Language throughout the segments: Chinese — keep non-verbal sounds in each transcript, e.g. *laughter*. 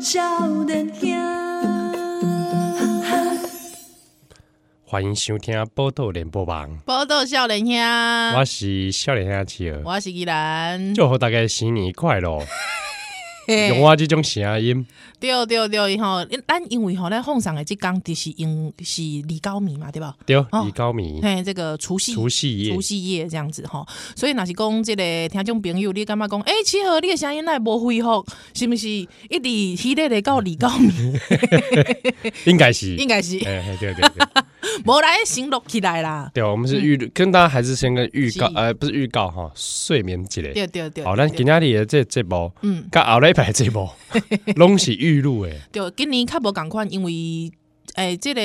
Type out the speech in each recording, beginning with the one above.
少年兄，欢迎收听《报道联播网报道少年》，我兄，是少年兄企鹅，啊我是依兰，祝福大家新年快乐！嘿用我这种声音，对对对吼，咱因为吼咱奉上的这工就是因是李高米嘛，对吧？对，李高米哦嘿，这个除夕嗯除夕夜除，夕夜这样子吼，所以若是讲这个听众朋友，你感觉讲，诶、七号你的声音那无恢复，是不是？一直迄个的到李 *laughs* 高米，应该是，应该是哎，嘿对对对，无来行录起来啦。对，我们是预跟大家还是先跟预告，嗯是呃，不是预告哈，睡眠之类。对对对，好，咱对今天的这节目，嗯，跟后礼拜的节 *laughs* 目，拢是预录诶，对，今年较无共款，因为诶、即、个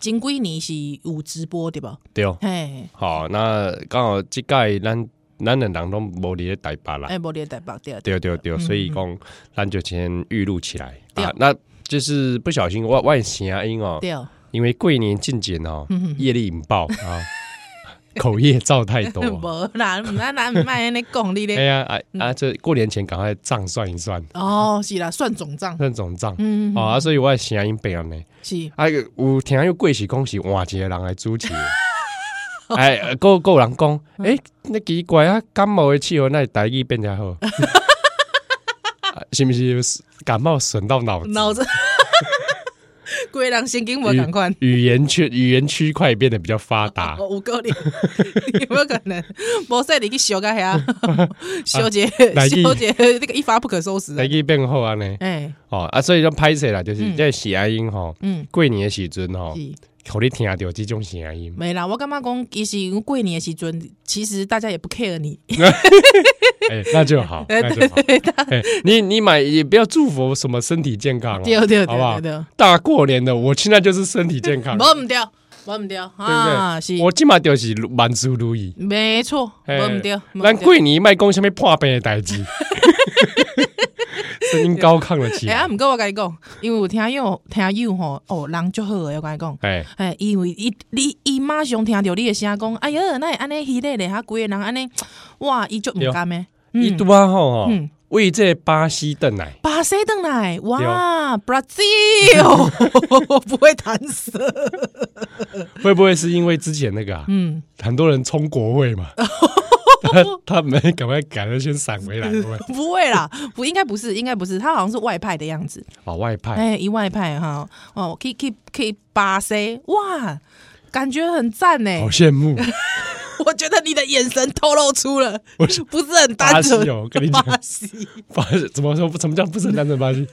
前几年是有直播对吧？对。嘿，好，那刚好这届咱咱的人拢无伫咧台北啦，诶，哎无咧台北对啊对对对对，所以讲咱就先预录起来嗯对啊。那就是不小心我外声音哦，对，啊 *laughs* 嗯因为过年进前哦，业力引 *laughs* 爆啊，口业造太多啊。无啦，毋咱咱毋莫安尼讲你 *laughs* 哎咧。呀啊啊！嗯这过年前赶快账算一算，哦，是啦，算总账，算总账嗯哦啊！所以我的声音变安尼，是啊有听有过是讲是换一个人来主持。 *laughs* 哎，呃够够人讲，嗯哎，那奇怪啊，感冒的气候那台语变较好， *laughs* 啊是不是感冒损到脑子？脑子， *laughs* 规人神经无共款。语言区语言区块变得比较发达。哦，有可能， *laughs* 有没有可能？无说你去 *laughs* 小个遐，小姐，啊来去小姐，那个一发不可收拾啊。台语变好安尼哎，哦啊，所以就拍摄啦，就是嗯在喜爱音吼，嗯，过年的时阵吼，是互你听到这种喜爱 *laughs* 音，没啦。我感觉讲，其实过年的时阵，其实大家也不 care 你，哎，那就好，那就好。哎，你你买也不要祝福什么身体健康哦，对对对好不好对？对，大过年的，我现在就是身体健 *laughs* 康，无毋对，无毋对啊，是对不对？，我起码就是万事如意。没错，哎无毋对，无咱毋对过年卖讲什么破病的代 *laughs* 志， *laughs* 声音高亢了起哎、欸、啊，来。毋过我甲你讲，因为有听友听友吼，哦，人足好诶，我甲你讲。哎，哎，因为伊你伊马上听着你诶声讲，哎哟，那安尼迄个咧，哈啊规个人安尼，哇，伊足毋甘诶。伊拄啊吼吼嗯，为这巴西邓来。巴西登来，哇，Brazil，不 *laughs* 会弹舌，会不会是因为之前那个啊，嗯，很多人冲国会 *laughs* 嘛，他他们赶快赶快先闪回来，会 *laughs* 不会不会啦，不应该不是，应该不是，他好像是外派的样子，哦，外派，哎，一外派哈，哦，可以可以可以巴西，哇，感觉很赞呢好，羡慕。我觉得你的眼神透露出了我是不是很巴单西纯。哦，我跟你讲，巴西，巴西怎么说？怎么叫不是单纯巴西？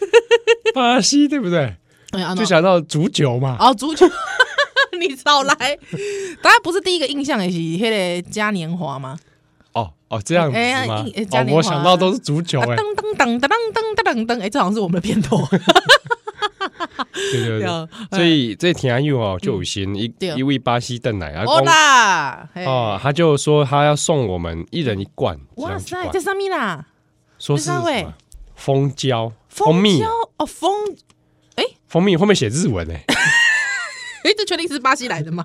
巴西对不对？ *laughs* 哎呀就想到足球嘛，哦，足球， *laughs* 你少来！大家不是第一个印象也是那个嘉年华吗？哦哦，这样子哎吗哎？嘉哦，年华我想到都是足球啊，哎噔，噔噔噔噔噔噔噔，哎，这好像是我们的片头。对对 *laughs* 对对啊。所以这田佑哦，就有心一对一位巴西邓来啊，哦公啦，嘿哦，他就说他要送我们一人一罐，这哇样一塞，罐这上面啊啦，说是这三位什么蜂胶、蜜欸胶。哦，蜂，蜂蜜后面写日文欸 *laughs* 呢、哎，这确定是巴西来的吗？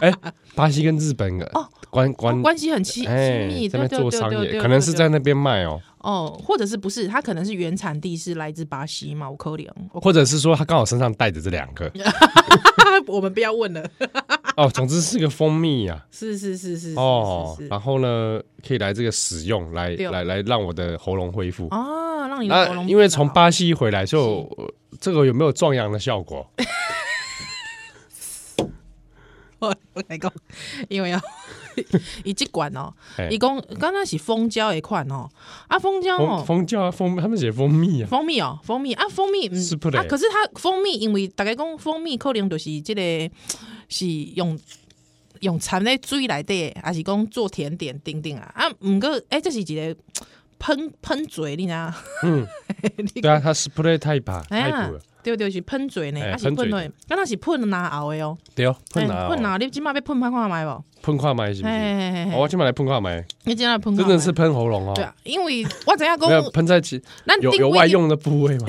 哎、巴西跟日本哦关关 *laughs* 关系很亲亲密，这对哎边对做对商对对业，可能是对在那边卖哦，哦，或者是不是？它可能是原产地是来自巴西嘛？我可怜，我或者是说他刚好身上带着这两 *laughs* 个啊我们不要问了。哦，总之是个蜂蜜啊，是是是是是哦是，是然后呢可以来这个使用，来对来来让我的喉咙恢复。啊，让你的喉那咙因为变得从好巴西回来，就呃这个有没有壮阳的效果？我 *laughs* 我来讲，因 *laughs* 为哦，伊即款哦嘿，伊讲刚刚是蜂胶的款哦，啊蜂胶蜂哦，蜂胶啊，蜂他们写蜂蜜啊，蜂蜜哦，蜂蜜啊蜂蜜，嗯是不嘞啊可是它蜂蜜，因为大家讲蜂蜜可能就是即、个是用。用掺咧水内底的，还是讲做甜点等等啊？啊，毋过诶，这是一个喷喷嘴，你知影？嗯，你对啊，它 spray 太吧哎太呀补了，，对对是喷嘴呢，啊哎啊是喷喷嘴落，敢若是喷哪后的哦？对哦，喷哎啊喷哦，哪？你即马要喷看看卖无？喷快麦是不嘿是？嘿嘿嘿哦我今晚来喷快麦，你今仔哎喷看真的看是喷喉咙哦对。啊，因为我知影没有讲，喷在其咱有定有位外用的部位吗？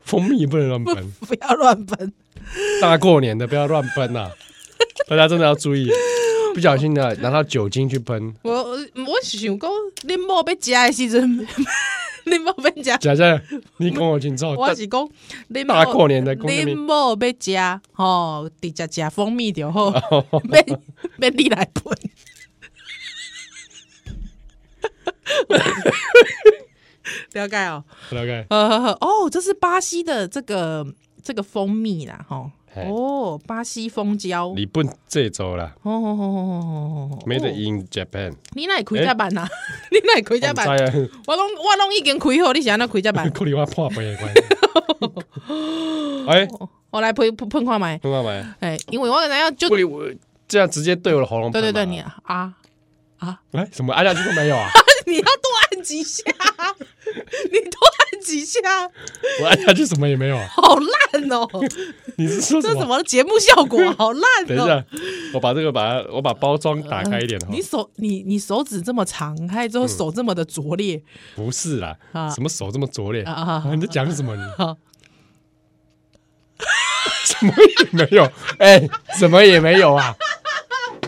蜂蜜不能乱喷，不要乱喷。啊 *laughs* 大过年的不要乱喷呐、大家真的要注意。不小心的拿到酒精去喷，我我想讲，恁某要食的时阵， *laughs* 恁某要食，假假，你跟我清楚， *laughs* 我是讲恁哦大某过年的，公恁你某要食，吼，直接食蜂蜜就好，啊免免你来 *laughs* 喷。了解哦，大概呃， *laughs* 哦，这是巴西的这个这个蜂蜜啦，吼，嘿哦，巴西蜂胶，哦日本这周啦哦哦哦哦哦， ，Made in Japan，你哪会开这版啊？ *laughs* 你哪会开这版？我不知我拢我拢已经开好，你是安怎开这啊，版？可 *laughs* 能我破杯的 *laughs* 关系。哎，我哦来喷喷喷看麦，弄干嘛？哎，因为我知 *laughs* 影就不理我这样直接对我的喉咙对喷嘛。对对，你啊 *laughs* 啊，哎什么？按下去都没有 *laughs* 啊？你要多按几下， *laughs* 你多按几下，我按下去什么也没有啊？好烂哦！你是说这什什么？么节目 *laughs* 效果？好烂等一哦！下，我把这个把它，我把包装打开一点哈。你手你你手指这么长，还有嗯之后手这么的拙劣不是啦啊，什么手这么拙劣啊？啊啊你在讲什么你？啊！什么也没有，哎、什么也没有啊！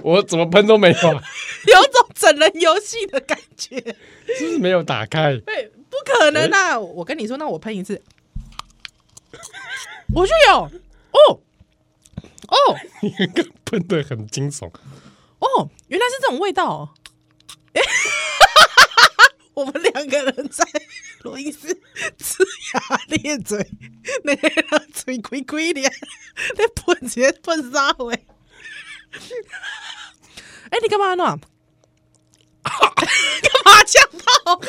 我怎么喷都没有、啊， *laughs* 有种整人游戏的感觉。是不是没有打开？对，哎不可能啊！我跟你说，那我喷一次，我就有哦哦你刚喷的很惊悚，哦，原来是这种味道、 *laughs* 哦。我们两个人在罗伊斯呲牙咧嘴，那个人嘴鬼鬼的， *laughs* 那喷直接喷啥喂？ *laughs* 哎、你干嘛呢？ *laughs* 干嘛呛到？ *laughs*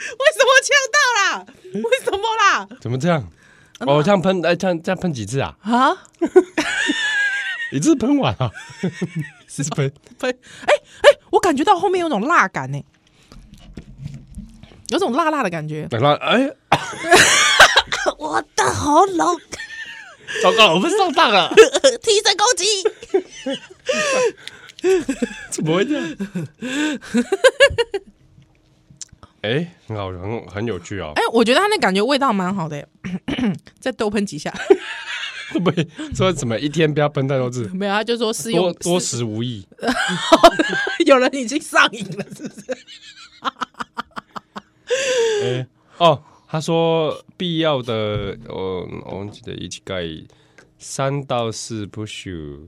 为什么呛到啦？为什么啦？怎么这样？嗯哦，这样喷，哎、这样这样喷几次啊？啊？一次喷完 *laughs* 啊？是喷分，哎、哎、我感觉到后面有种辣感呢、有种辣辣的感觉。然后哎，我的喉咙糟糕，我们上当了，提升攻击，怎么会这样？ *laughs* 哎、很好，很很有趣哦哎、。我觉得它那感觉味道蛮好的、欸， *clears throat* 再多喷几 *laughs* 下。会不会说什么一天不要喷太多次， *laughs* 没有，他就说试多用，多试食无益？有人已经上瘾了，是不是？哎哦，他说必要的，我我们记得一起盖三到四 push。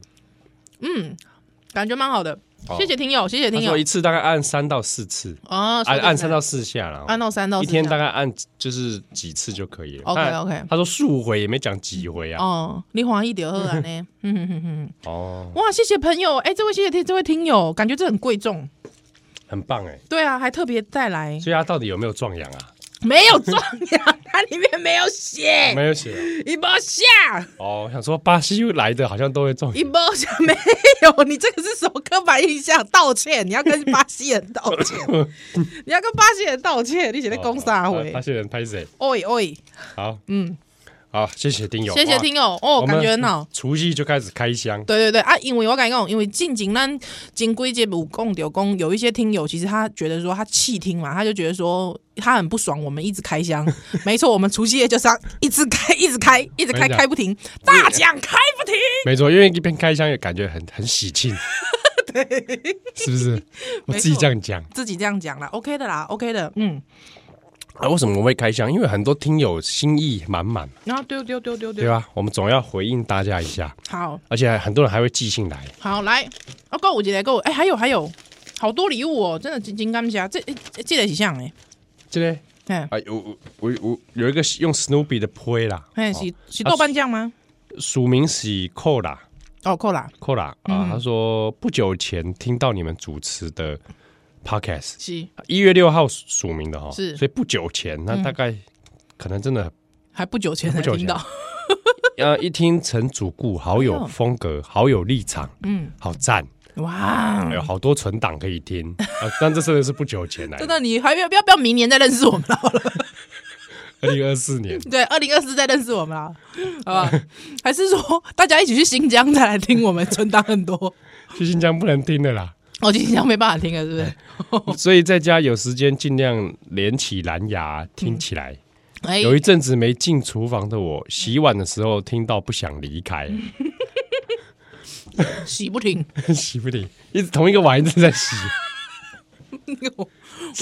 感觉蛮好的，好谢谢听友，谢谢哦他听说一友。次大概按三到四次，啊，按按三到到四下啦。按到三到一四天下大概按就是几次就可以了。 OK，但 OK 他说数回也没讲几回啊。哦，你欢喜就好 *laughs* 安尼。嗯哼哼哼，哦，哇，谢谢朋友，哎、这位谢谢听这位听友，感觉这很贵重。很棒哎！对啊，还特别带来，所以他到底有没有壮阳啊？没有壮阳， *laughs* 它里面没有写，没有写啊一包下，哦。想说巴西来的好像都会壮一阳，包下没有。你这个是什么刻板印象？道歉，你要跟巴西人道歉，你要跟巴西人道歉，你写在攻啥哦回巴？西人拍谁？哦哦，好，啊嗯，好，谢谢丁友，谢谢哇听友哦，我们感觉很好。除夕就开始开箱，对对对啊，因为我敢讲，因为近景咱金龟节目共有公有一些听友，其实他觉得说他弃听嘛，他就觉得说他很不爽，我们一直开箱。没错，我们除夕夜就是要一直开，一直开，一直我跟开，你讲开不停，大奖开不停。没错，因为一边开箱也感觉很很喜 *laughs* 庆，对，是不是？我自己这样讲自己这样讲啦 o k 的啦，OK 的，嗯，啊，为什么我会开箱？因为很多听友心意满满，然后丢丢丢丢对丢，吧？我们总要回应大家一下，好而且很多人还会寄信来，好来，哦，购物节来购物，哎、还有还有，好多礼物哦，真的金金刚侠，这哎这这个是像哎，这个哎啊，有我我有一个用 Snoopy 的胚啦，哦哎是是豆瓣酱吗？署名是扣啦哦，扣啦，扣啦嗯啊，他说不久前听到你们主持的 Podcast，是一月六号署名的哈，是嗯所以不久前，那大概可能真的还不久前才不久听到，呃，一听陈主顾好有风格，好有立场，嗯，好赞，哇还，有好多存档可以 *laughs* 听啊！但这真的是不久前来真的，的你还要不要不要明年再认识我们了？ *laughs* 二零二四年，对，二零二四再认识我们了，好吧？还是说大家一起去新疆再来听我们存档很多？ *laughs* 去新疆不能听的啦。哦，去新疆没办法听了，是不是？所以在家有时间尽量连起蓝牙听起来。哎，有一阵子没嗯进厨房的我，洗碗的时候听到不想离开。哎洗不停， *laughs* 洗不停，一直同一个碗一直在洗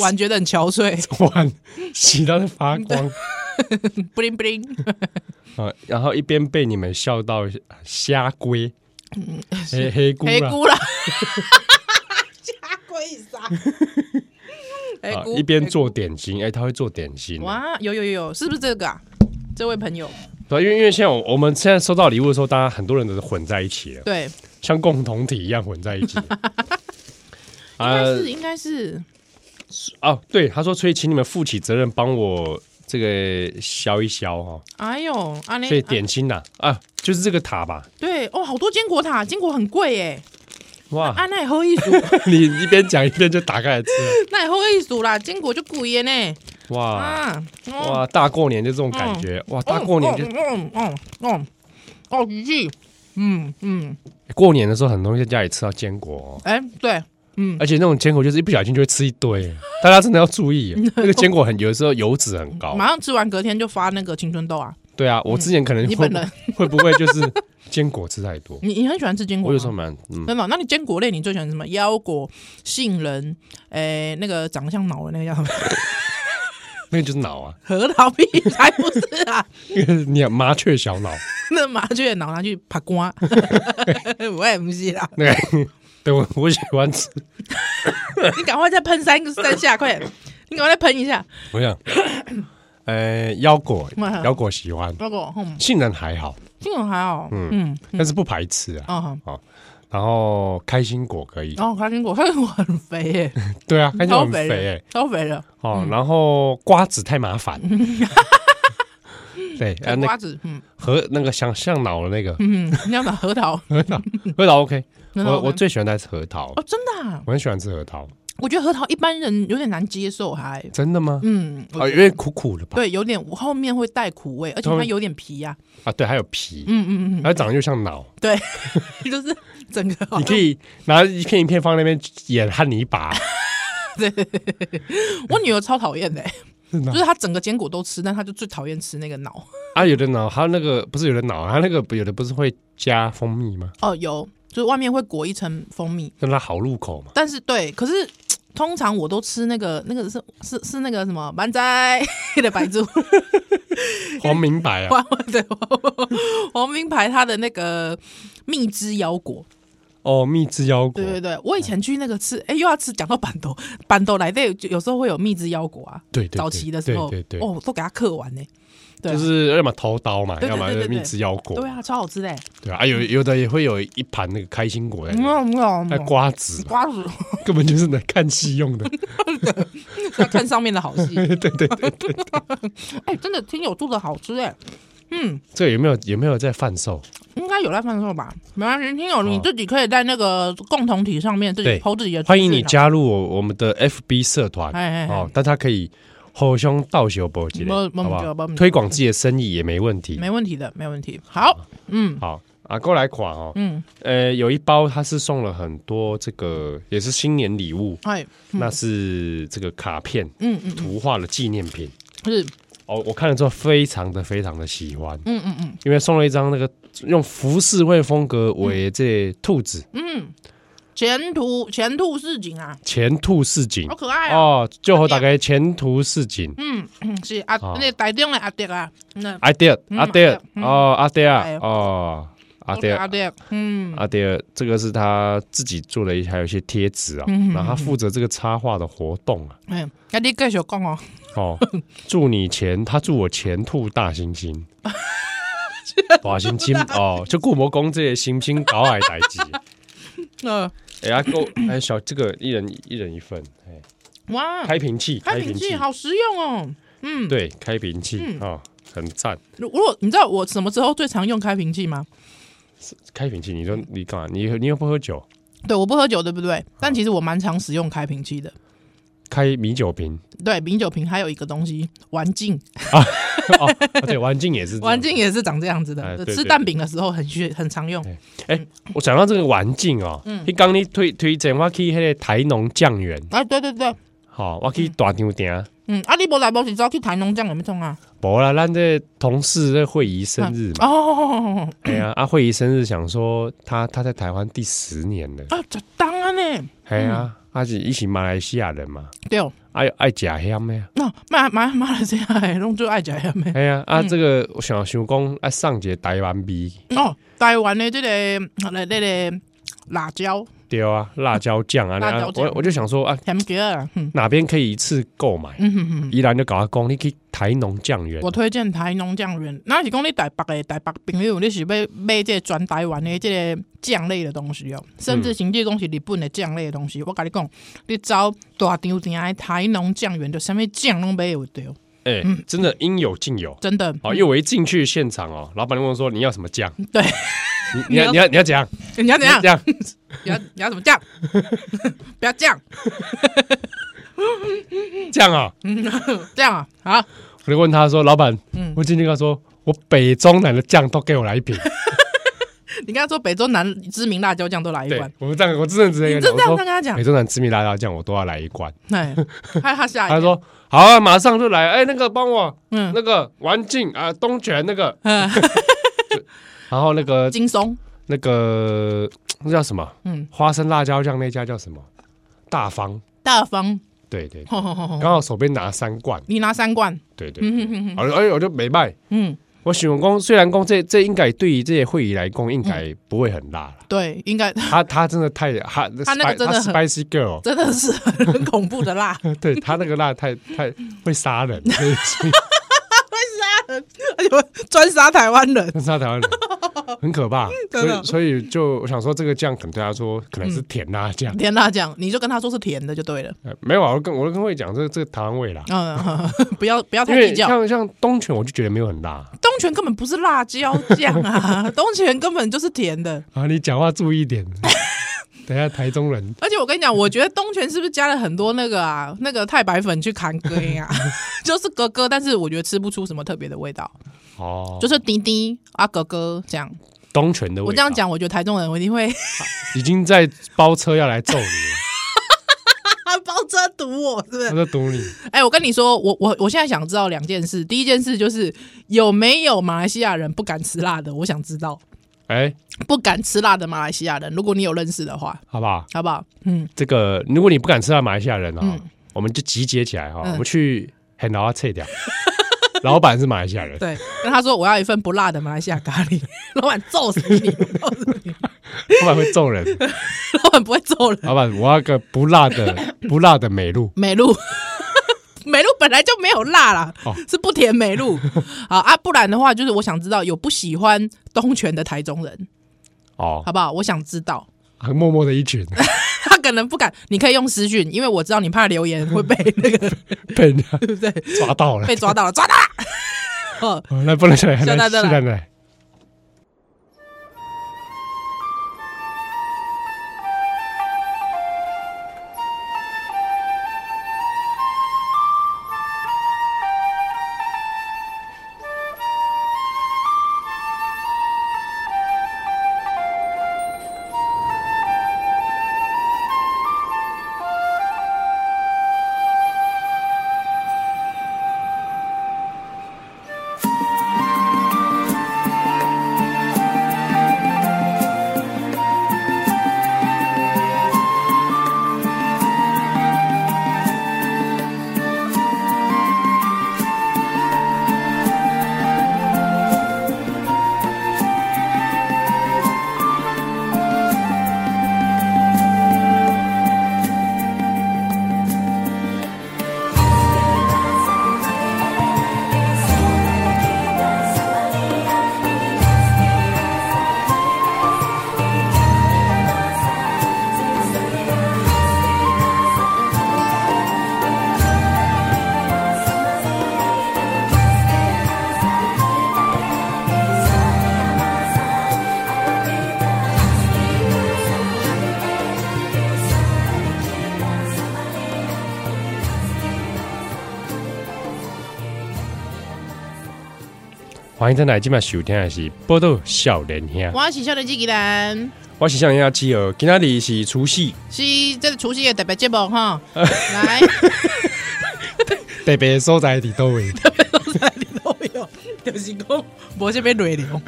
碗觉得很憔悴，碗，洗到在发嗯光不灵不灵。啊，然后一边被你们笑到瞎龟，黑黑姑嗯啊黑啦，菇啦，加龟啥？黑啊菇一边做点心，哎，他会做点心，哇，有有有有，是不是这个啊？这位朋友，对，因为因为现在我我们现在收到礼物的时候，大家很多人都是混在一起了，对，应像共同体一样混在一起。 *laughs* 该啊是应该是哦，对，他说，所以请你们负起责任，帮我这个削一削哦。哎呦，阿所以内点心呐、啊，就是这个塔吧？对哦，好多坚果塔，坚果很贵耶。哇，阿奈喝一组， *laughs* 你一边讲一边就打开来吃了，奈喝一组啦，坚果就贵耶呢。哇啊，哦，哇，大过年就这种感觉，哇，大过年就、嗯嗯嗯哦，吉吉，嗯嗯，过年的时候很容易在家里吃到坚果、哦。哎，对，嗯，而且那种坚果就是一不小心就会吃一 *laughs* 堆，大家真的要注 *laughs* 意。那个坚果很有的时候油脂很高，马上吃完隔天就发那个青春痘啊。 *laughs* 对啊，我之前可能你会本人 *laughs* 会不会 *laughs* 就是坚果吃太多？你你很喜欢吃坚果我吗？有时候蛮嗯，真的哦？那你坚果类你最喜欢什么？腰果、杏仁，诶、那个长得像脑的那个叫什么？ *laughs* 那个就是脑啊，核桃皮才不是啊！ *laughs* 你有麻雀小脑， *laughs* 那麻雀脑拿去拍光， *laughs* 我也不是啦。那个 *laughs* 对我我喜欢吃，你赶快再喷三个三下，快点！你赶快再喷一下。我 *laughs* 想，呃，腰果嗯腰果喜欢，包括嗯，杏仁还好，这种还好，嗯但是不排斥啊。哦然后开心果可以，然后开心果，开心果很肥耶，对啊，开心果超很肥哦肥的哎，，超肥的。哦，然后瓜子太麻烦，对，啊，小那瓜子，嗯核那个想像脑的那个嗯，你要拿核桃，核桃，核桃 OK，核桃我我最喜欢的是核桃哦，，真的啊，我很喜欢吃核桃，我觉得核桃一般人有点难接受，还真的吗？嗯，我啊，因为苦苦的吧，对，有点我后面会带苦味，而且它有点皮呀、啊，对，还有皮，嗯嗯嗯它长得又像脑，对， *laughs* 就是整个好你像可以拿一片一片放那边演汉尼拔，我女儿超讨厌的、欸真的就是她整个坚果都吃，但她就最讨厌吃那个脑。啊，有的脑，它那个不是有的脑，它那个不有的不是会加蜂蜜吗？哦，有，就是外面会裹一层蜂蜜，让它好入口 *laughs* 嘛。但是对，可是通常我都吃那个那个是是是那个什么满仔 *laughs* 的白猪黄明白啊，黄对黄明牌它的那个蜜汁腰果。哦，蜜汁腰果对，对对，我以前去那个吃，哎，又要吃讲到板豆，板豆来的有时候会有蜜汁腰果啊。对对，对早期的时候，对对对，哦，都给他刻完呢、对啊，就是要么头刀嘛，对对要么对就对是蜜汁腰果对，啊，超好吃嘞、欸！对啊啊，有有的也会有一盘那个开心果在里面，嗯嗯还有瓜子嘛， *laughs* 瓜子，根本就是来看戏用 *laughs* 的，要 *laughs* 看上面的好戏。 *laughs* 对对对对， *laughs* 哎、真的天有做的好吃哎、嗯，这个有没有有没有在贩售？应该有在贩售吧？没关系，听友你自己可以在那个共同体上面自己哦对剖自己的。啊欢迎你。加入我我们的 FB 社团哎哎哎哦，大家可以互相道修博几类，没好没啊不好没没？没推广自己的生意也没问题。没问题的，没问题。好，嗯好啊，过来款哦，嗯，呃，有一包它是送了很多这个也是新年礼物，哎，那是这个卡片嗯嗯，图画的纪念品。是，哦，我看了之后非常的非常的喜欢，嗯嗯嗯因为送了一张那个用浮世绘风格为这兔子嗯，前途前途似锦啊，前兔似锦好可爱哦。哦，就和大概前途似锦。嗯嗯，是啊，哦那台中的阿迪啊，那 I did, 嗯 I did，嗯哦，I did，哎呦哦，I 阿 did，迪，嗯， I did，这个是他自己做的一，还有一些贴纸啊，嗯嗯嗯然后他负责这个插画的活动啊。哎，那你继续讲哦。 *laughs* 哦，祝你前，他祝我前兔大猩 *laughs* 猩，大猩猩哦，就顾魔公这些猩猩搞矮代 *laughs* 志。呃，哎呀，够，还有小这个一人一人一份，哎，哇，开瓶器，嗯开瓶瓶器，好实用哦。嗯，对，开瓶器嗯哦，很赞。如如果你知道我什么时候最常用开瓶器吗？开瓶器，你说你干嘛？你你又不喝酒，对，我不喝酒，对不对？但其实我蛮常使用开瓶器的。开米酒瓶 *laughs* 对，米酒瓶还有一个东西，玩镜，哦，啊对，玩镜也是这样玩镜。也是长这样子的。哎对对吃蛋饼的时候很需很常用。我嗯讲到这个玩镜哦，你刚你推推荐我去那个台农酱园哎，对对对，吼，我去大张店，嗯，啊，你无来无是走去台农这样有没创啊？无啦，咱这同事在会姨生日嘛，哦，哎呀，啊会姨生日想说他他在台湾第十年了，啊，这当然呢，哎呀，嗯他是一起马来西亚人嘛，对哦，爱爱食香的啊。那马马马来西亚的拢最爱食遐咩？哎呀，啊，这个我想想讲，啊，上一个台湾味，哦，台湾的这个来这个辣椒对啊，辣椒酱啊，辣椒啊酱我我就想说啊，甜椒啊，嗯哪边可以一次购买？嗯嗯嗯，宜兰就搞阿公，你去台农酱园我，推荐台农酱园。那是讲你台北的台北朋友，你是要买这个全台湾的这个酱类的东西哦，甚至甚至讲是日本的酱类的东西。我跟你讲，你走大张店的台农酱园，就什么酱拢买有对，哎，嗯真的应有尽有。哦真的。好，因为我一进去现场哦，老板就问我说你要什么酱？嗯对， *laughs* 你你要你要你要怎样？你 *laughs* 要怎样这？样你要你要怎么酱？ *laughs* 不要酱， *laughs* 这样啊？这样啊，好，我就问他说，老板嗯，我进去跟他说，我北中南的酱都给我来一瓶。你刚才说北中南知名辣椒酱都来一对罐，，我们这样，我真的直接你跟就这他样讲，我跟他讲说，北中南知名辣椒酱我都要来一罐。哎，害 *laughs* 他吓一跳，他说好啊，马上就来。哎，那个帮我嗯，那个玩镜啊，东泉那个，嗯， *laughs* 然后那个惊松，那个那叫什么？嗯，花生辣椒酱那家叫什么？大方。大方， *laughs* 对对，吼吼吼吼刚好手边拿三罐。你拿三罐，对对，哦嗯哼哼哼，好了，哎，我就没卖。嗯，我想讲，虽然讲这这应该对于这些会议来讲，应嗯该不会很辣了。对，应该 *laughs* 他他真的太他他那个真的很 spicy *laughs* girl，真的是很恐怖的 *laughs* 辣，对他那个辣太太会杀 *laughs* 人，所以而且会专杀台湾人，杀台湾人很可 *laughs* 怕。所真的嗯以所以就我想说，这个酱可能对他说可能是甜辣酱，甜辣酱，你就跟他说是甜的就对了，呃没有啊，我跟我跟会讲这这个台湾味啦。嗯， *laughs* 呵呵不要不要因太为计较，像像东泉，我就觉得没有很辣东泉根本不是辣椒酱啊， *laughs* 东泉根本就是甜的。啊。你讲话注意一点， *laughs* 等一下台中人而且我跟你讲，我觉得东泉是不是加了很多那个啊，那个太白粉去砍根啊， *laughs* 就是格格，但是我觉得吃不出什么特别的味道，哦，就是滴滴啊格格这样。东泉的味道。我这样讲，我觉得台中人我一定会 *laughs* 已经在包车要来揍你 *laughs* 了，包车堵我，是不他是？在堵你。哎、我跟你说，我我我现在想知道两件事，第一件事就是有没有马来西亚人不敢吃辣的，我想知道哎，不敢吃辣的马来西亚人，如果你有认识的话，好不好？好不好？嗯，这个如果你不敢吃到马来西亚人啊、嗯我们就集结起来哈、哦嗯我们去很老要撤掉。 *laughs* 老板是马来西亚人，对，跟他说我要一份不辣的马来西亚咖喱，老板揍死你，揍死你老板会揍人。老板不会揍人。老板，我要个不辣 *laughs* 的不辣的美露。美露，美露本来就没有辣啦，哦是不甜美露。好啊，不然的话，就是我想知道有不喜欢东泉的台中人，哦，好不好？我想知道，默默的一 *laughs* 群 *laughs* 他可能不敢，你可以用私讯，因为我知道你怕留言会被那个被人家对不对抓到了，被抓到了，抓到了。哦，哦那不能来，下来来再来来来。 Hãy subscribe cho kênh Ghiền Mì Gõ Để không bỏ lỡ 欢迎再来，今麦收听的是报道少年兄，我是少年机器人，我是少年兄七儿，今仔日是除夕，是这个除夕的特别节目哈。 *laughs* 来，特别的所在伫倒 *laughs* 位，都有，就是讲无这边内容。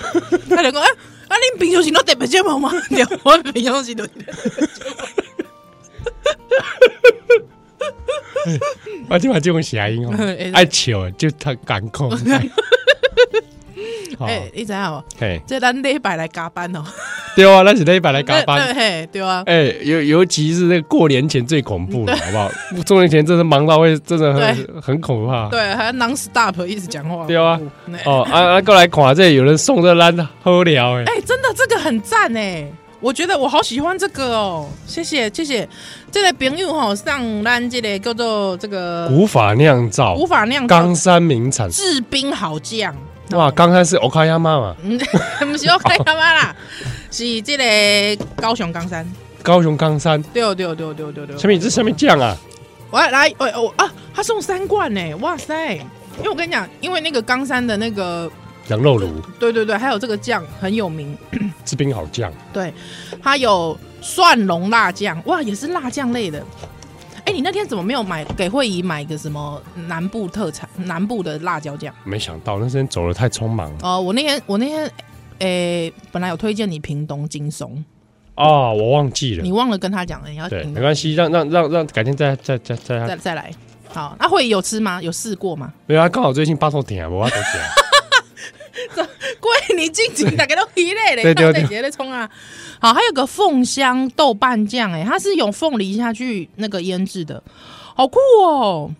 他就讲啊啊，恁平常时都特别节目 *laughs* 吗？对，我平常时都是，我今麦啊这种谐 *laughs* 音哦爱笑就太感恐。 *laughs* 好，哎，你知影无？嘿，这咱礼拜来加班哦，对啊，咱是礼拜来加班 *laughs* 对。嘿，对啊，哎、尤尤其是那个过年前最恐怖了，好不好？过年前真的忙到会真的很很恐怕。对，还 non stop 一直讲话。对啊嗯，哎哦，啊啊，过来看这有人送这咱喝了哎， *laughs* 哎、真的这个很赞哎，我觉得我好喜欢这个哦，谢谢谢谢，这个朋友吼、上咱这个叫做这个古法酿造，无法酿造冈山名产。制冰好酱， *laughs* 哇，冈山是 Okayama 嘛，嗯，不是我开干嘛啦，是这个高雄冈山，高雄冈山。对对对对对对，下面这下面酱啊，我来，哎哦啊，他送三罐呢，哇塞！因为我跟你讲，因为那个冈山的那个，羊肉炉，对对对，还有这个酱很有名，这边好酱。对，它有蒜蓉辣酱，哇，也是辣酱类的。哎，你那天怎么没有买给慧仪买个什么南部特产、南部的辣椒酱？没想到那时间走的太匆忙了。哦、我那天我那天，哎，本来有推荐你屏东金松，哦，我忘记了你。忘了跟他讲了，你要对，屏没东关系，让让让让，改天再再再再再。再来。好，那慧仪有吃吗？有试过吗？ *laughs* 没有啊，刚好最近巴头甜，我巴头甜。贵，你近期大家都疲累嘞，对对看这节在冲啊！好，还有个凤香豆瓣酱，哎，它是用凤梨下去那个腌制的，好酷哦！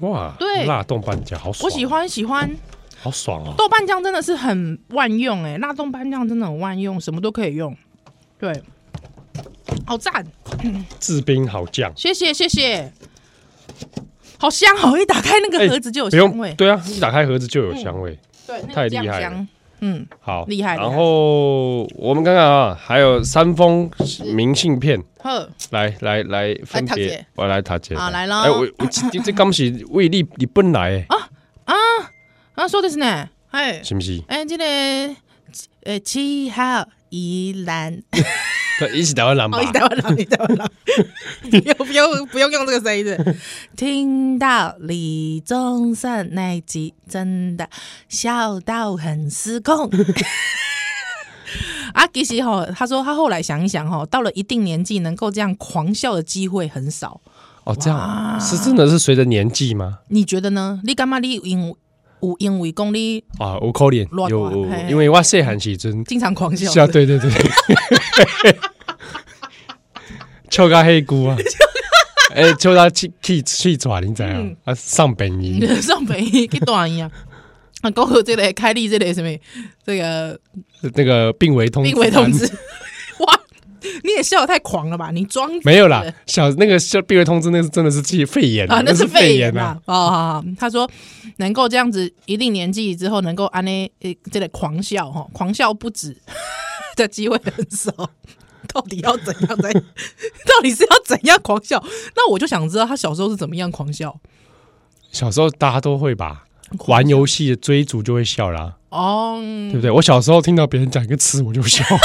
哇，对辣冻半酱好爽，我喜欢喜欢好爽哦。豆瓣酱真的是很万用哎、辣豆瓣酱真的很万用，什么都可以用。对，好赞，制冰好酱，谢谢谢谢，好香哦！一打开那个盒子就有哎不香用味，对啊，一打开盒子就有香味，对，那个太厉酱害了香，嗯，好厉害厉害然后我们刚刚啊，还有三封明信片，呵，来来来，分读一别下我来塔姐啊来咯哎，我我这这刚是为你你本来的啊，说的是呢，哎是不是？哎，这个呃七号宜兰，对，一起台湾人吧哦，，你台湾狼，你台湾狼， *laughs* 不用不用不用用这个声音的。听到李宗盛那一集，真的笑到很失控。 *laughs* 啊，其实哈、他说他后来想一想哈、到了一定年纪，能够这样狂笑的机会很少。哦，这样是真的是随着年纪吗？你觉得呢？你干嘛？你因有因为讲你啊，我可怜乱，有乱有嘿因为我细汉时阵，经常狂笑是啊， *laughs* 对对 *laughs* 对，笑到黑姑 *laughs* 啊，哎，笑到气气气喘，你知道嗯吗啊？上本音。上北去大医啊，啊，包括这个开立这个什么这个那个病危通知病危通知， *laughs* 哇，你也笑得太狂了吧？你装没有啦对，小那个小病危通知那是真的是气肺炎啊，那是是肺炎炎呐、啊！哦，好好好他说能够这样子一定年纪之后能够安呢，呃这个狂笑哈，狂笑不止的机会很少。到底要怎样才？ *laughs* 到底是要怎样狂笑？那我就想知道他小时候是怎么样狂笑小时候大家都会吧，玩游戏追逐就会笑啦，哦。对不对？我小时候听到别人讲一个词我就 *laughs* 笑，好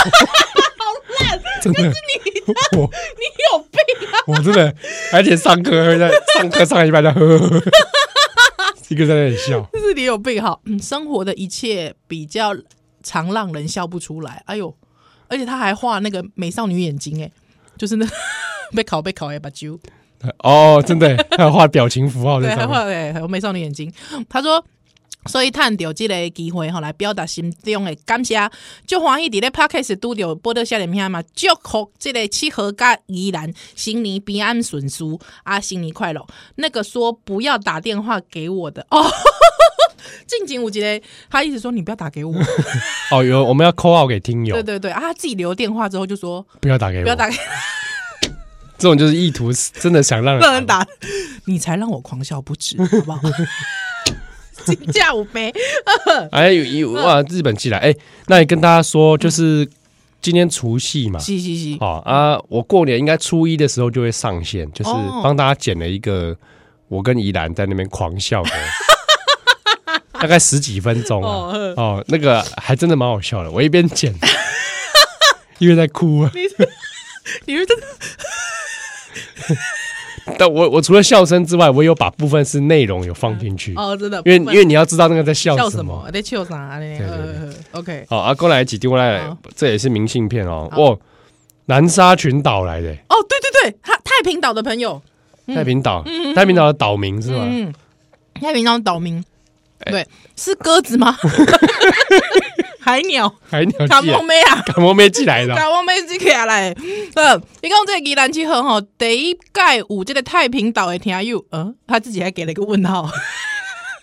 烂， *laughs* 真的，我 *laughs* 你有病啊！我真的，而且上课会在上课上一半在 *laughs* 呵呵呵呵，一个在那里笑， *laughs* 就是你有病哈、嗯生活的一切比较常让人笑不出来。哎呦，而且他还画那个美少女眼睛、哎，就是那 *laughs* 被烤被烤哎把揪，哦，真的，还有画表情符号对，在还上面，画哎还有美少女眼睛。他说。所以趁着即个机会吼，来表达心中的感谢，足欢喜伫咧 p o d c a s 拄着报道少年啊兄嘛，祝福即个七和甲宜兰新年平安顺遂啊，新年快乐。那个说不要打电话给我的哦， *laughs* 近景有一个，他一直说你不要打给 *laughs* 我，哦，有我们要 call out 给听友对，对对啊，他自己留电话之后就说不要打给不要我，打给这种就是意图是真的想让让人，打， *laughs* 你才让我狂笑不止，好不好？ *laughs* 金价五杯，哎，有有哇，日本寄来，哎，那也跟大家说，嗯就是今天除夕嘛，嘻嘻嘻，好啊，我过年应该初一的时候就会上线，就是哦帮大家剪了一个我跟怡兰在那边狂笑的大概十几分钟啊。哦哦，那个还真的蛮好笑的，我一边剪，一边在哭啊。你是真的但我我除了笑声之外，我有把部分是内容有放进去，哦，真的，因为不因然为你要知道那个在笑笑什什么么，。在笑啥呢对对呃？OK，好，啊，过来几丢来好，这也是明信片哦。好哇，南沙群岛来的哦，对对对，他太平岛的朋友，太平岛，太平岛的岛民是吗？嗯，太平岛岛民，哎对，是鸽 *laughs* 子吗？ *laughs* 海鸟，海鸟卡寄梦来，妹啊！感冒妹寄来的哦。 *laughs* 台湾妹子起来，呃，你讲这个宜兰之后吼，第一届有这个太平岛的听友，嗯、他自己还给了一个问号，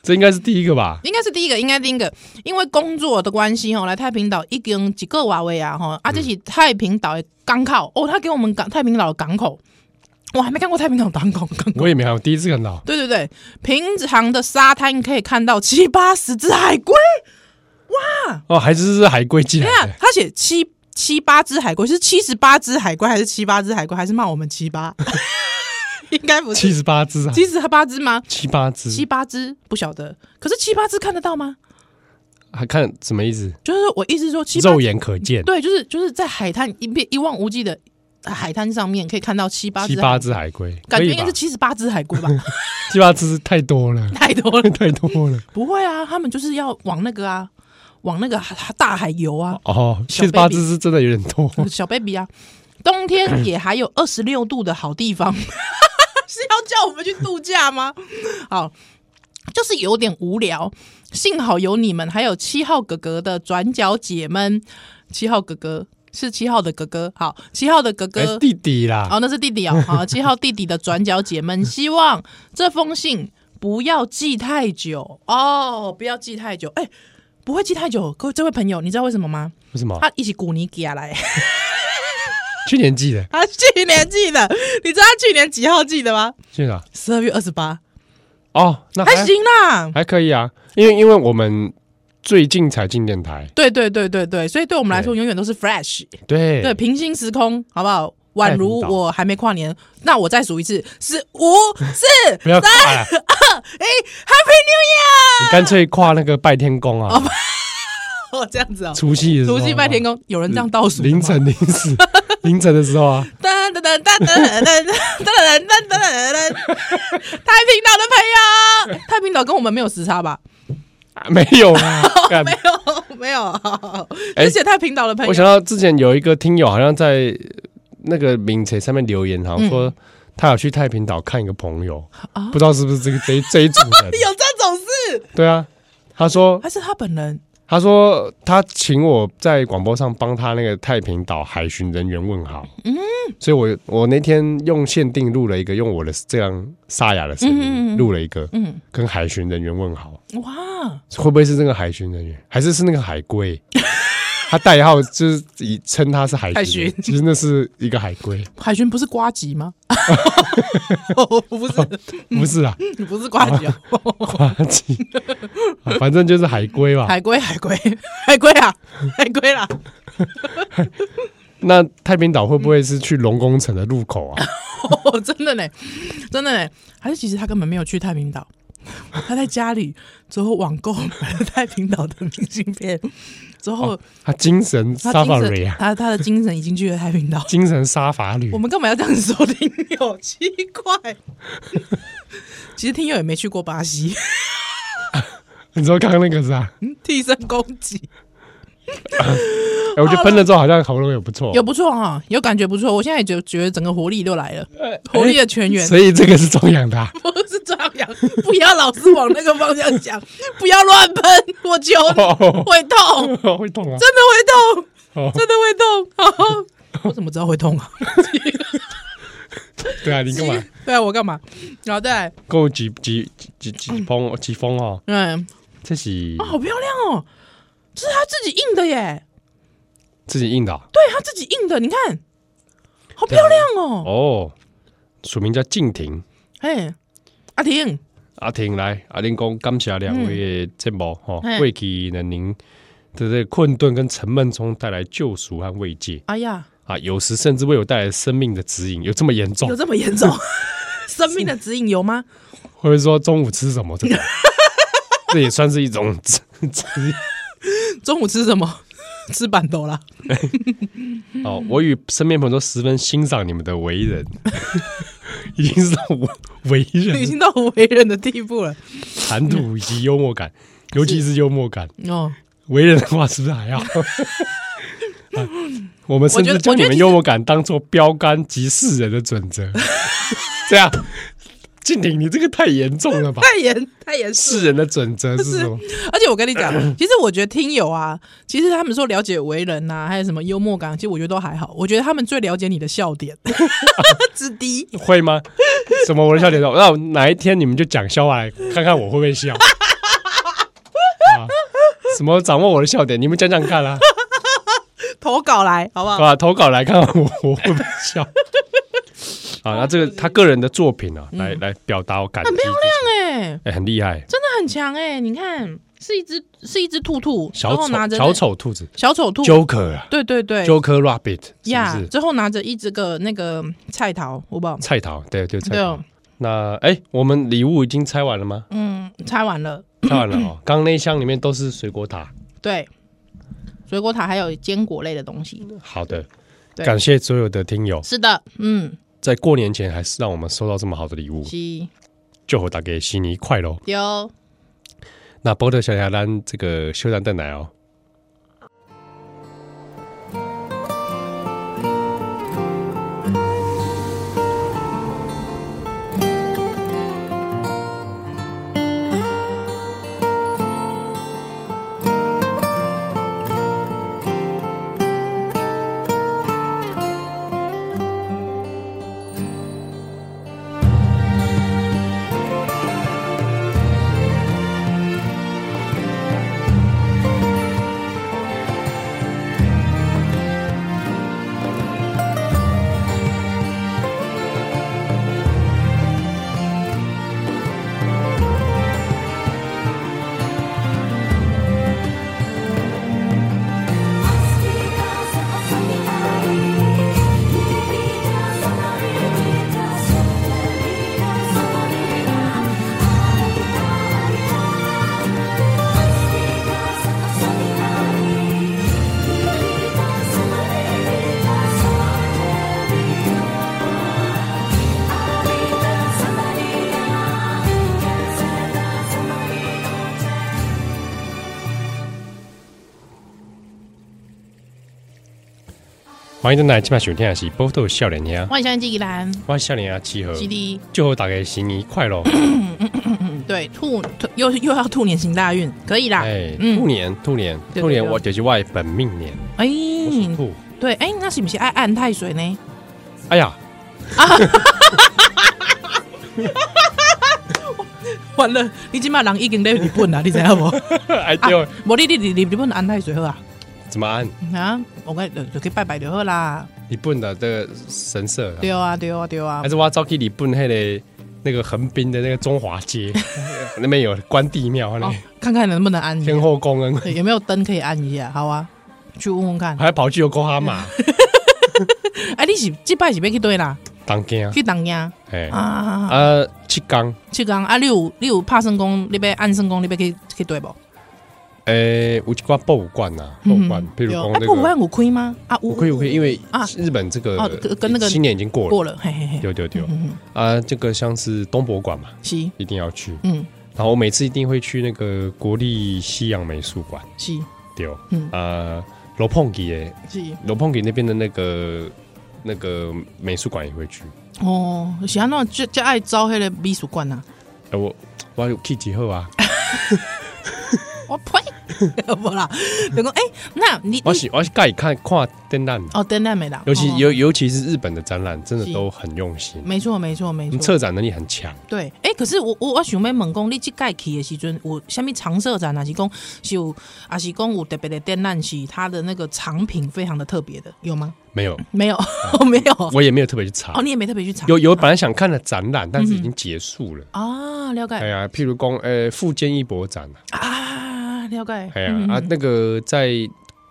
这应该是第一个吧？应该是第一个，应该第一个，因为工作的关系吼，来太平岛已经几个娃娃啊嗯吼，啊，这是太平岛的港口，哦，他给我们港太平岛的港口，我还没看过太平岛港口， *laughs* 港口我也没有，我第一次看到。对对对，平常的沙滩可以看到七八十只海龟，哦，还是是海龟寄来对啊的，，他写七七八只海龟是七十八只海龟，还是七八只海龟，还是骂我们七八？ *laughs* 应该不是七十八只啊，七十八只吗？七八七只，八只不晓得，可是七八只看得到吗？还看什么意思？就是我意思说七八肉眼可见，对，就是就是在海滩一片一望无际的海滩上面可以看到七八只七海，八只海龟，可感觉以应吧该是？七十八只海龟吧？，七八只太多了 *laughs* 太多了，太多了。不会啊，他们就是要往那个啊，往那个大海游啊。哦，小七十八 baby 只是真的有点多。小 baby 啊，冬 *clears throat* 天也还有二十六度的好地方， *laughs* 是要叫我们去度假吗？好，就是有点无聊。幸好有你们，还有七号哥哥的转角姐们。七号哥哥是七号的哥哥，好，七号的哥哎哥，，弟弟啦，哦，那是弟弟哦， *laughs* 好，七号弟弟的转角姐们，希望这封信不要记太久哦，不要记太久，哎、不会记太久。各位这位朋友，你知道为什么吗？为什么？他一起鼓尼寄来。 *laughs* 去年寄的，他去年寄的，你知道他去年几号寄的吗？去哪？十二月二十八，哦，那还行啦。还可以啊，因为因为我们最近才进电台，对对对对对，所以对我们来说永远都是 fresh，对对，平行时空，好不好？宛太如平岛我还没跨年，那我再数一次，是五四 *laughs* 不要跨了，哎，Happy 哦你干脆跨那个拜天宫啊， New Year！哦，这样子哦，除夕的时候啊除夕拜天，宫，有人这样倒数吗凌，晨零时 *laughs* 凌晨的时候 *laughs* 啊，噔噔噔噔噔噔噔噔噔噔噔噔噔，太平岛的朋友，太平岛跟我们没有时差吧？啊没有 *laughs* 啊，干没有，没有，哎而且太平岛的朋我友想到之前有一个听友好像在那个名册上面留言，嗯好像说他有去太平岛看一个朋友，啊不知道是不是这个这一这一组 *laughs* 人？有这种事。对啊，他说还是他本人？他说他请我在广播上帮他那个太平岛海巡人员问好，嗯，所以我我那天用限定录了一个，用我的这样沙哑的声嗯嗯嗯音录了一个嗯，跟海巡人员问好，哇，会不会是那个海巡人员，还是是那个海龟？他代号就是以称他是海海巡人巡，其实那是一个海龟，海巡不是瓜吉 *laughs* 吗？哦，不 *laughs* 是，不是啊，不是瓜吉哦，夸鸡，啊反正就是海龟吧。 *laughs* 海龟，海龟，海龟啊，海龟啦！那太平岛会不会是去龙宫城的入口啊？哦， *laughs* 真的呢，真的呢，还是其实他根本没有去太平岛， *laughs* 他在家里之后网购买了太平岛的明信片，之后他精神他精哦 safari 神，啊，他他的精神已经去了太 *laughs* 平岛。精神沙法旅我。们干嘛要这样子说听友？奇怪， *laughs* 其实听友也没去过巴西， *laughs* 你说刚刚那个是吧？替身攻击。哎，我觉得喷了之后好像喉咙也不错，有不错哈、有感觉不错。我现在也觉觉得整个活力都来了，活力的全员。所以这哎个是中养的啊。 *laughs* 不是张扬，不要老是往那个方向想， *laughs* 不要乱喷，我求你，哦会痛，会痛啊！真的会哦痛，真的会痛。 *laughs* 好，我怎么知道会痛啊？对啊，你干嘛？ *laughs* 对啊，我干嘛？然后再来，够几几几几风几风哦？嗯，这是啊，好漂亮哦，这是他自己印的耶，自己印的啊对他自己印的，你看，好漂亮哦，哦。署名叫静婷，哎，阿婷，阿婷来，阿玲公感谢两位的节目哈，嗯嘿为其能您的这个困顿跟沉闷中带来救赎和慰藉哎呀，啊，有时甚至为我带来生命的指引，有这么严重有？这么 *laughs* 严重？生命的指引有吗？ *laughs* 或者说中午吃什么这种？这也算是一种中午吃什么？ *laughs* 吃板 *laughs* 豆啦。哦。我与身边朋友都十分欣赏你们的为 *laughs* 人，已经是到为为已人经到为人的地步了。谈吐以及幽默感，尤其是幽默感。哦，为人的话是不是还要？啊 *laughs* 我们甚我觉至得将我觉你得们其实幽默感当做标杆及世人的准则。这样，静婷，你这个太严重了吧？ *laughs* 太严太严肃。世人的准则是什么？ *laughs* 而且我跟你 *laughs* 讲，其实我觉得听友啊，其实他们说了解为人呐、还有什么幽默感，其实我觉得都还好。我觉得他们最了解你的笑 *laughs* 点之低。会吗？什么我的笑点说，那我哪一天你们就讲笑话来看看我会不会笑？啊，什么掌握我的笑点？你们讲讲看啦、投稿来好不啊，好？吧？投稿来看看我我会不会笑？啊，那这个他个人的作品啊，来来表达我感激，很漂亮哎、哎、很厉害，真的很强哎、你看，是一只是一只兔兔，小然后丑拿着小丑兔子小丑兔， Joker 啊对对对， ，Joker Rabbit 是呀不是？之后拿着一只个那个菜桃，我不好，菜桃，对对菜对桃哦。，那哎、我们礼物已经拆完了 *clears throat* 吗？嗯，拆完了，拆完了哦，刚刚那一箱里面都是水果塔。对，水果塔还有坚果类的东西，好的，对感谢所有的听友，是的，嗯，在过年前还是让我们收到这么好的礼物，是祝福大家新年快乐。哦丢。那波特小鸭蛋这个休蛋蛋奶哦。欢迎蛋奶，今晚收听的是波特笑脸鸭，万象季兰我笑脸鸭集合，基地，祝福大家新年快乐。哦嗯，对，兔兔又又要兔年行大运，可以啦。哎，嗯兔年，兔年，对兔年，对我就是我的本命年，哎、我属兔。对，哎、那是不是爱按太水呢？哎呀， *laughs* 完了，你今麦人已经在日本啦，你知影 *laughs* 无？哎啊对，，无你你你你日本安太水好啊？怎么按？啊，我跟就就去拜拜就好啦。日本的这个神社啊，对啊，对啊，对啊还。是我早去日本那个那个横滨的那个中华街 *laughs* 那边有关帝庙，啊那哦里，看看能不能安一下天，后宫跟对有没有灯可以安一下？好啊，去问问看。还跑去有高哈马哎，你是这摆是要去对啦？当家，去东京啊哎啊啊！啊啊，七刚，去讲啊，你有你有拍算讲，你要按算讲，你要去去对无？诶，有一寡博物馆呐，博物馆，譬如对讲啊，那博物馆个，有开吗？啊，有我可以，我可以，因为啊日本这个哦跟跟那个新年已经过了，过了，嘿嘿嘿。对对对嗯，嗯啊，这个像是东博馆嘛，嗯是，一定要去，嗯然后我每次一定会去那个国立西洋美术馆，是，对，嗯啊，罗碰吉耶，是。罗碰吉那边的那个那个美术馆也会去。哦，是安怎就就爱招迄个美术馆啊？哎，我我有去几号啊？我呸， *laughs* 无啦，就讲诶，那你我你是我是盖看看展览，哦，等等没啦，尤其哦尤尤其是日本的展览，真的是嗯都很用心，没错没错没你错，策展能力很强。对，诶、可是我我我想要问讲，你即届去的时阵，有虾米常设展，还啊是讲是有，还是讲有特别的展览是它的那个藏品非常的特别的，有吗？ *laughs* 没有，没有，没有，嗯哦，嗯我也没有特别去查。你也没特别去查，有有本来想看的展览，但是已经结束了。啊，了哎解呀，譬如讲，呃，富坚义博展啊，啊，了解，哎呀嗯啊，那个在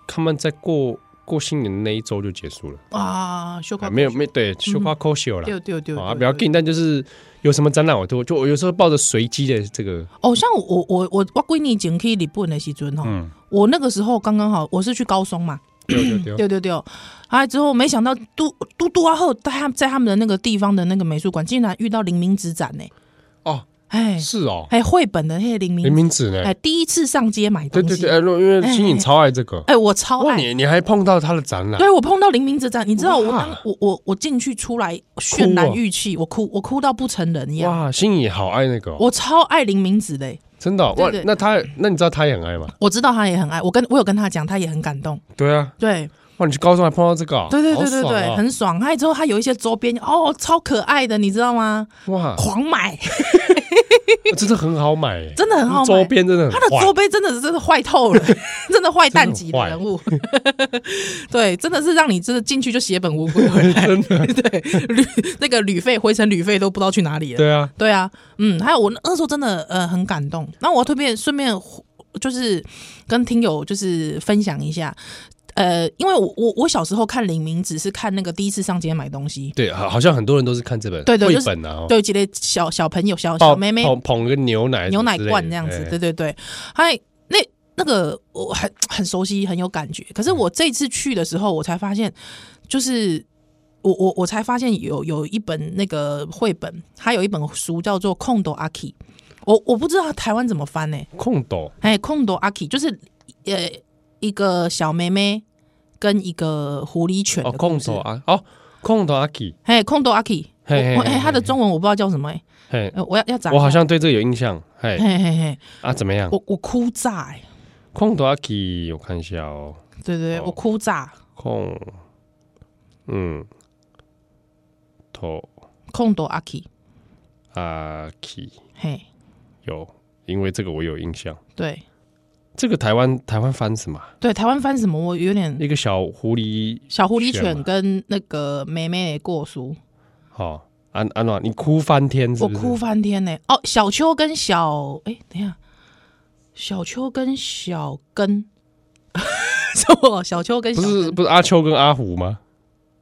他们在过过新年那一周就结束了，啊，修啊、改没有没对，休瓜扣休了。对对对，啊，对不要紧，但就是有什么展览我都就我有时候抱着随机的这个，哦，像我我我我闺女以前去日本的时阵吼，嗯，我那个时候刚刚好，我是去高松嘛，对对对， *clears throat* 对对对，啊之后没想到嘟嘟嘟啊后，在他在他们的那个地方的那个美术馆，竟然遇到林明子展呢、哦，哎是哦，哎绘本的那些林林明，明子呢？哎第一次上街买对东对西，对，哎，若因为新颖超爱这个，哎我超哇，爱，你你还碰到他的展览，对我碰到林明子展，你知道我哇当我我我进去出来渲哭然哦欲泣，我哭我哭到不成人一样，哇，新颖好爱那个哦，我超爱林明子的、真的哦哇对对，那他那你知道他也很爱吗？我知道他也很爱，我跟我有跟他讲，他也很感动，对啊，对。哇，你去高中还碰到这个哦，对对对对好爽对，哦很爽。还有之后他有一些周边哦，超可爱的，你知道吗？哇，狂买， *laughs* 真的很好买耶，真的很好买。周边真的很他的坏周边真的是真的坏 *laughs* 透了，真的坏蛋级的人物。 *laughs* 对，真的是让你真的进去就血本无归回 *laughs* 来。真的， *laughs* 对，旅那个旅费、灰尘旅费都不知道去哪里了。对啊，对啊，嗯，还有我那时候真的呃很感动。那我要特别顺便就是跟听友就是分享一下，呃，因为我我我小时候看林明只是看那个第一次上街买东西，对，好好像很多人都是看这本对对绘就是本啊，哦对，一个小小朋友、小抱小妹妹捧捧个牛奶牛奶之类的罐这样子，哎对对对，还那那个我很很熟悉，很有感觉。可是我这次去的时候，我才发现，就是我我我才发现有有一本那个绘本，还有一本书叫做《空斗阿 K》，我我不知道台湾怎么翻呢、空斗哎，空斗阿 K 就是呃一个小妹妹跟一个狐狸犬哦，的故空事斗，啊，哦，空斗阿 K，哎，空斗阿 K，我嘿嘿我哎嘿它的中文我不知道叫什么哎、嘿，呃我要要找一我好下像对这个有印象，嘿嘿嘿嘿，啊，怎么样？哎我我哭炸哎、空斗阿 K，我看一下哦，对对，哦我哭炸，空，嗯，头空斗阿 K，阿 K 嘿，啊有，因为这个我有印象。对这个台湾台湾翻什么啊？对，台湾翻什么？我有点一个小狐狸，小狐狸选犬嘛跟那个妹妹过书，哦，安安暖，你哭翻天是我不是？哭翻天呢、哦，小秋跟小哎、等一下，小秋跟小根， *laughs* 是我小秋跟不小是根，不是阿秋跟阿虎吗？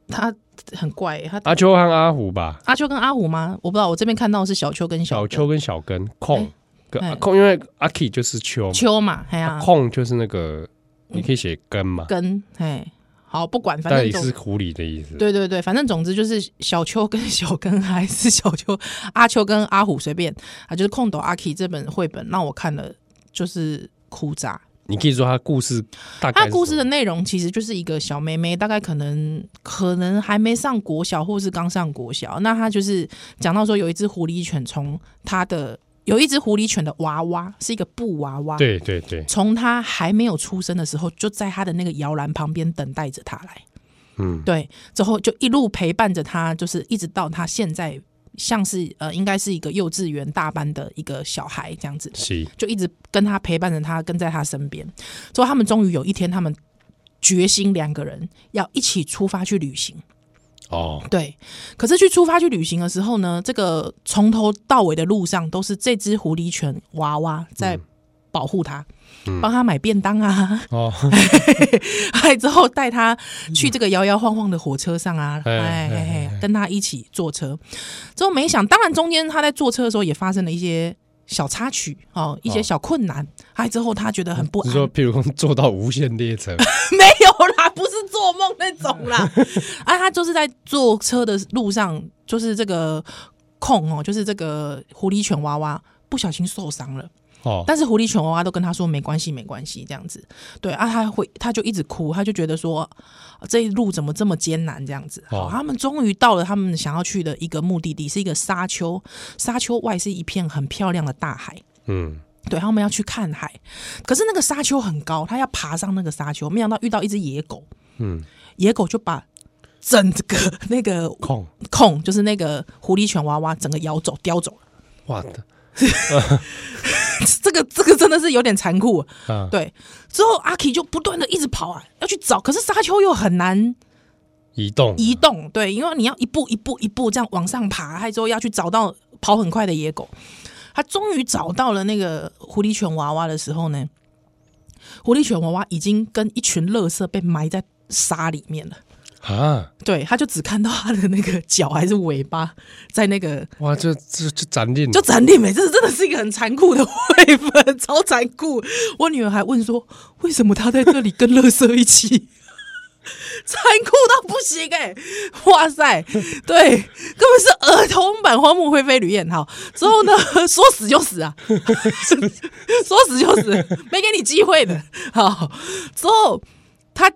他很怪、欸，他阿秋和阿虎吧，阿秋跟阿虎吗？我不知道，我这边看到的是小秋跟小根秋跟小根空哎跟哎空，因为阿 K 就是秋嘛，秋嘛，哎呀、啊空就是那个，你可以写根嘛，嗯根，哎，好，不管，反但正也总是狐狸的意思。对对对，反正总之就是小秋跟小根还是小秋阿秋跟阿虎随便啊，就是《空斗阿 K》这本绘本让我看了就是哭炸。你可以说他故事大概它是故事什的么内容其实就是一个小妹妹，大概可能可能还没上国小，或是刚上国小。那她就是讲到说有一只狐狸犬从她的有一只狐狸犬的娃娃是一个布娃娃，对对对，从她还没有出生的时候就在她的那个摇篮旁边等待着她来。嗯，对，之后就一路陪伴着他，就是一直到他现在像是呃，应该是一个幼稚园大班的一个小孩这样子，是就一直跟他陪伴着他，跟在他身边。之后他们终于有一天，他们决心两个人要一起出发去旅行。哦，对，可是去出发去旅行的时候呢，这个从头到尾的路上都是这只狐狸犬娃娃在保护他，帮他买便当啊，哦，还之后带他去这个摇摇晃晃的火车上啊，哎哎哎哎哎，跟他一起坐车。之后没想，当然中间他在坐车的时候也发生了一些小插曲哦，一些哦小困难。还之后他觉得很不是安，说譬如说坐到无限列 *laughs* 车，没有啦，不是做梦那 *laughs* 种啦。啊，他就是在坐车的路上，就是这个控哦，就是这个狐狸犬娃娃不小心受伤了。哦，但是狐狸犬娃娃都跟他说没关系，没关系这样子。对啊，他会他就一直哭，他就觉得说啊这一路怎么这么艰难这样子。好，哦他们终于到了他们想要去的一个目的地，是一个沙丘，沙丘外是一片很漂亮的大海。嗯，对他们要去看海，可是那个沙丘很高，他要爬上那个沙丘，没想到遇到一只野狗，嗯，野狗就把整个 *laughs* 那个空，控，就是那个狐狸犬娃娃整个咬走、叼走了。哇，这个这个真的是有点残酷啊、啊，对，之后阿 K 就不断的一直跑啊，要去找，可是沙丘又很难移动，移动，对，因为你要一步一步一步这样往上爬，还之后要去找到跑很快的野狗。他终于找到了那个狐狸犬娃娃的时候呢，狐狸犬娃娃已经跟一群垃圾被埋在沙里面了。啊！对，他就只看到他的那个脚还是尾巴在那个哇，这这这斩令啊就斩立美，这真的是一个很残酷的 *laughs* 绘本，超残酷。我女儿还问说，为什么她在这里跟乐色一起？ *laughs* 残酷到不行哎、哇塞，对，根本是儿童版《荒木飞飞》吕彦浩。之后呢， *laughs* 说死就死啊， *laughs* 说死就死，没给你机会的。好，之后他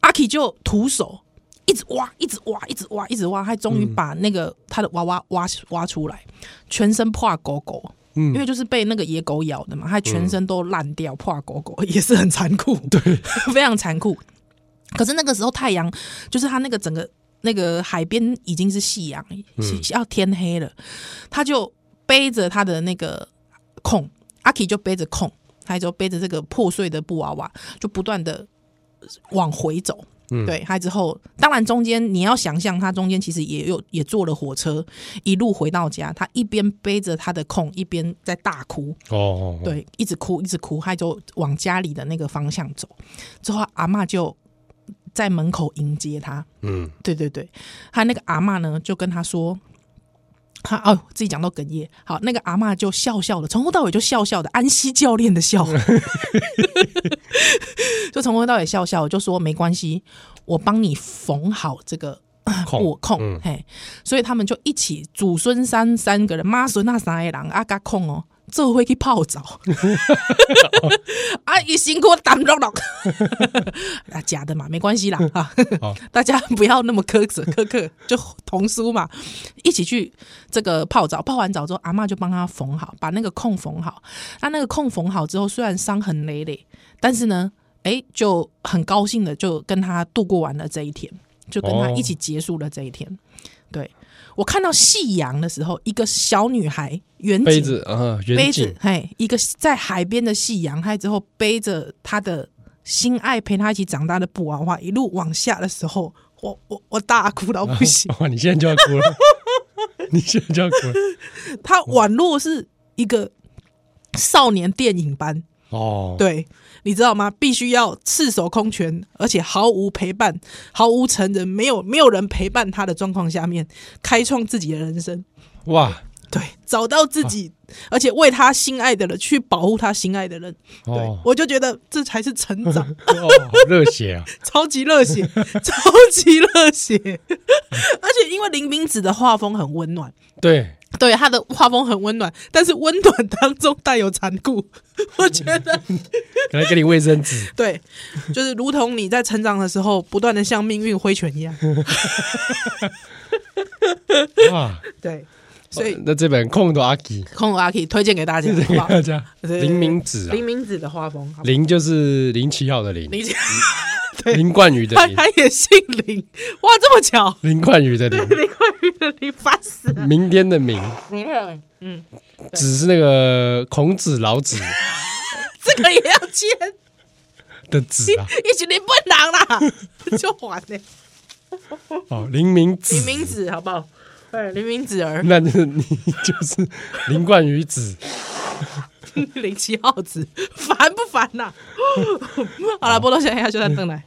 阿 K 就徒手一直挖，一直挖，一直挖，一直挖，他终于把那个他的娃娃挖挖出来，全身破啊狗狗。因为就是被那个野狗咬的嘛，他全身都烂掉，破啊狗狗也是很残酷，对， *laughs* 非常残酷。可是那个时候太阳，就是它那个整个那个海边已经是夕阳，是要天黑了，他就背着他的那个控，阿 K 就背着控，他就背着这个破碎的布娃娃，就不断的往回走。对，他之后，当然中间你要想象，他中间其实也有也坐了火车，一路回到家，他一边背着他的控，一边在大哭，哦哦，哦，对，一直哭，一直哭，他就往家里的那个方向走。之后阿嬷就在门口迎接他，嗯，对对对，他那个阿嬷呢就跟他说。他哦，自己讲到哽咽。好，那个阿嬷就笑笑的，从头到尾就笑笑的，安西教练的笑， *laughs* 就从头到尾笑笑，就说没关系，我帮你缝好这个控我控，嗯嘿，所以他们就一起祖孙三三个人，妈孙那三个人啊，甲控哦，这会去泡澡， *laughs* 啊，一辛苦打落落，啊，假的嘛，没关系啦，啊嗯好， *laughs* 大家不要那么苛责苛刻，就童书嘛，一起去这个泡澡，泡完澡之后，阿嬷就帮他缝好，把那个空缝好。那那个空缝好之后，虽然伤痕累累，但是呢，哎，就很高兴的就跟他度过完了这一天，就跟他哦一起结束了这一天。对我看到夕阳的时候，一个小女孩远杯景子啊，背远着景，嘿，一个在海边的夕阳，他之后背着他的心爱陪他一起长大的布娃娃，一路往下的时候，我我我大哭到不 *laughs* 行。哇，你现在就要哭 *laughs* 了，你现在就要哭了，他宛若是一个少年电影般，哦，对，你知道吗？必须要赤手空拳，而且毫无陪伴、毫无成人，没有没有人陪伴他的状况下面，开创自己的人生。哇，对，找到自己，啊而且为他心爱的人去保护他心爱的人，对、哦，我就觉得这才是成长。哦好热血啊，超级热血，超级热血， *laughs* 而且因为林明子的画风很温暖，对，对他的画风很温暖，但是温暖当中带有残酷，我觉得可能给你卫生纸，对，就是如同你在成长的时候不断的向命运挥拳一样，哇，对，所以哦那这本《空的阿基空阿 K 推荐给大家，》好给不好？大家，对林明子啊林，明子的画风，好不好林就是林七号的林，林林冠宇的 *laughs* 他林，他也姓林，哇，这么巧，林冠宇的林，林冠宇的林，烦死了，明天的明，你看子是那个孔子、老子这个也要签。的子啊，一群日本人啦， *laughs* 就还呢、哦，林明子林，明子好不好？对，林明子儿， *laughs* 那就是你 *laughs* 就是林冠宇子，零七号子，烦不烦呐、好了，波多小黑下就在等来，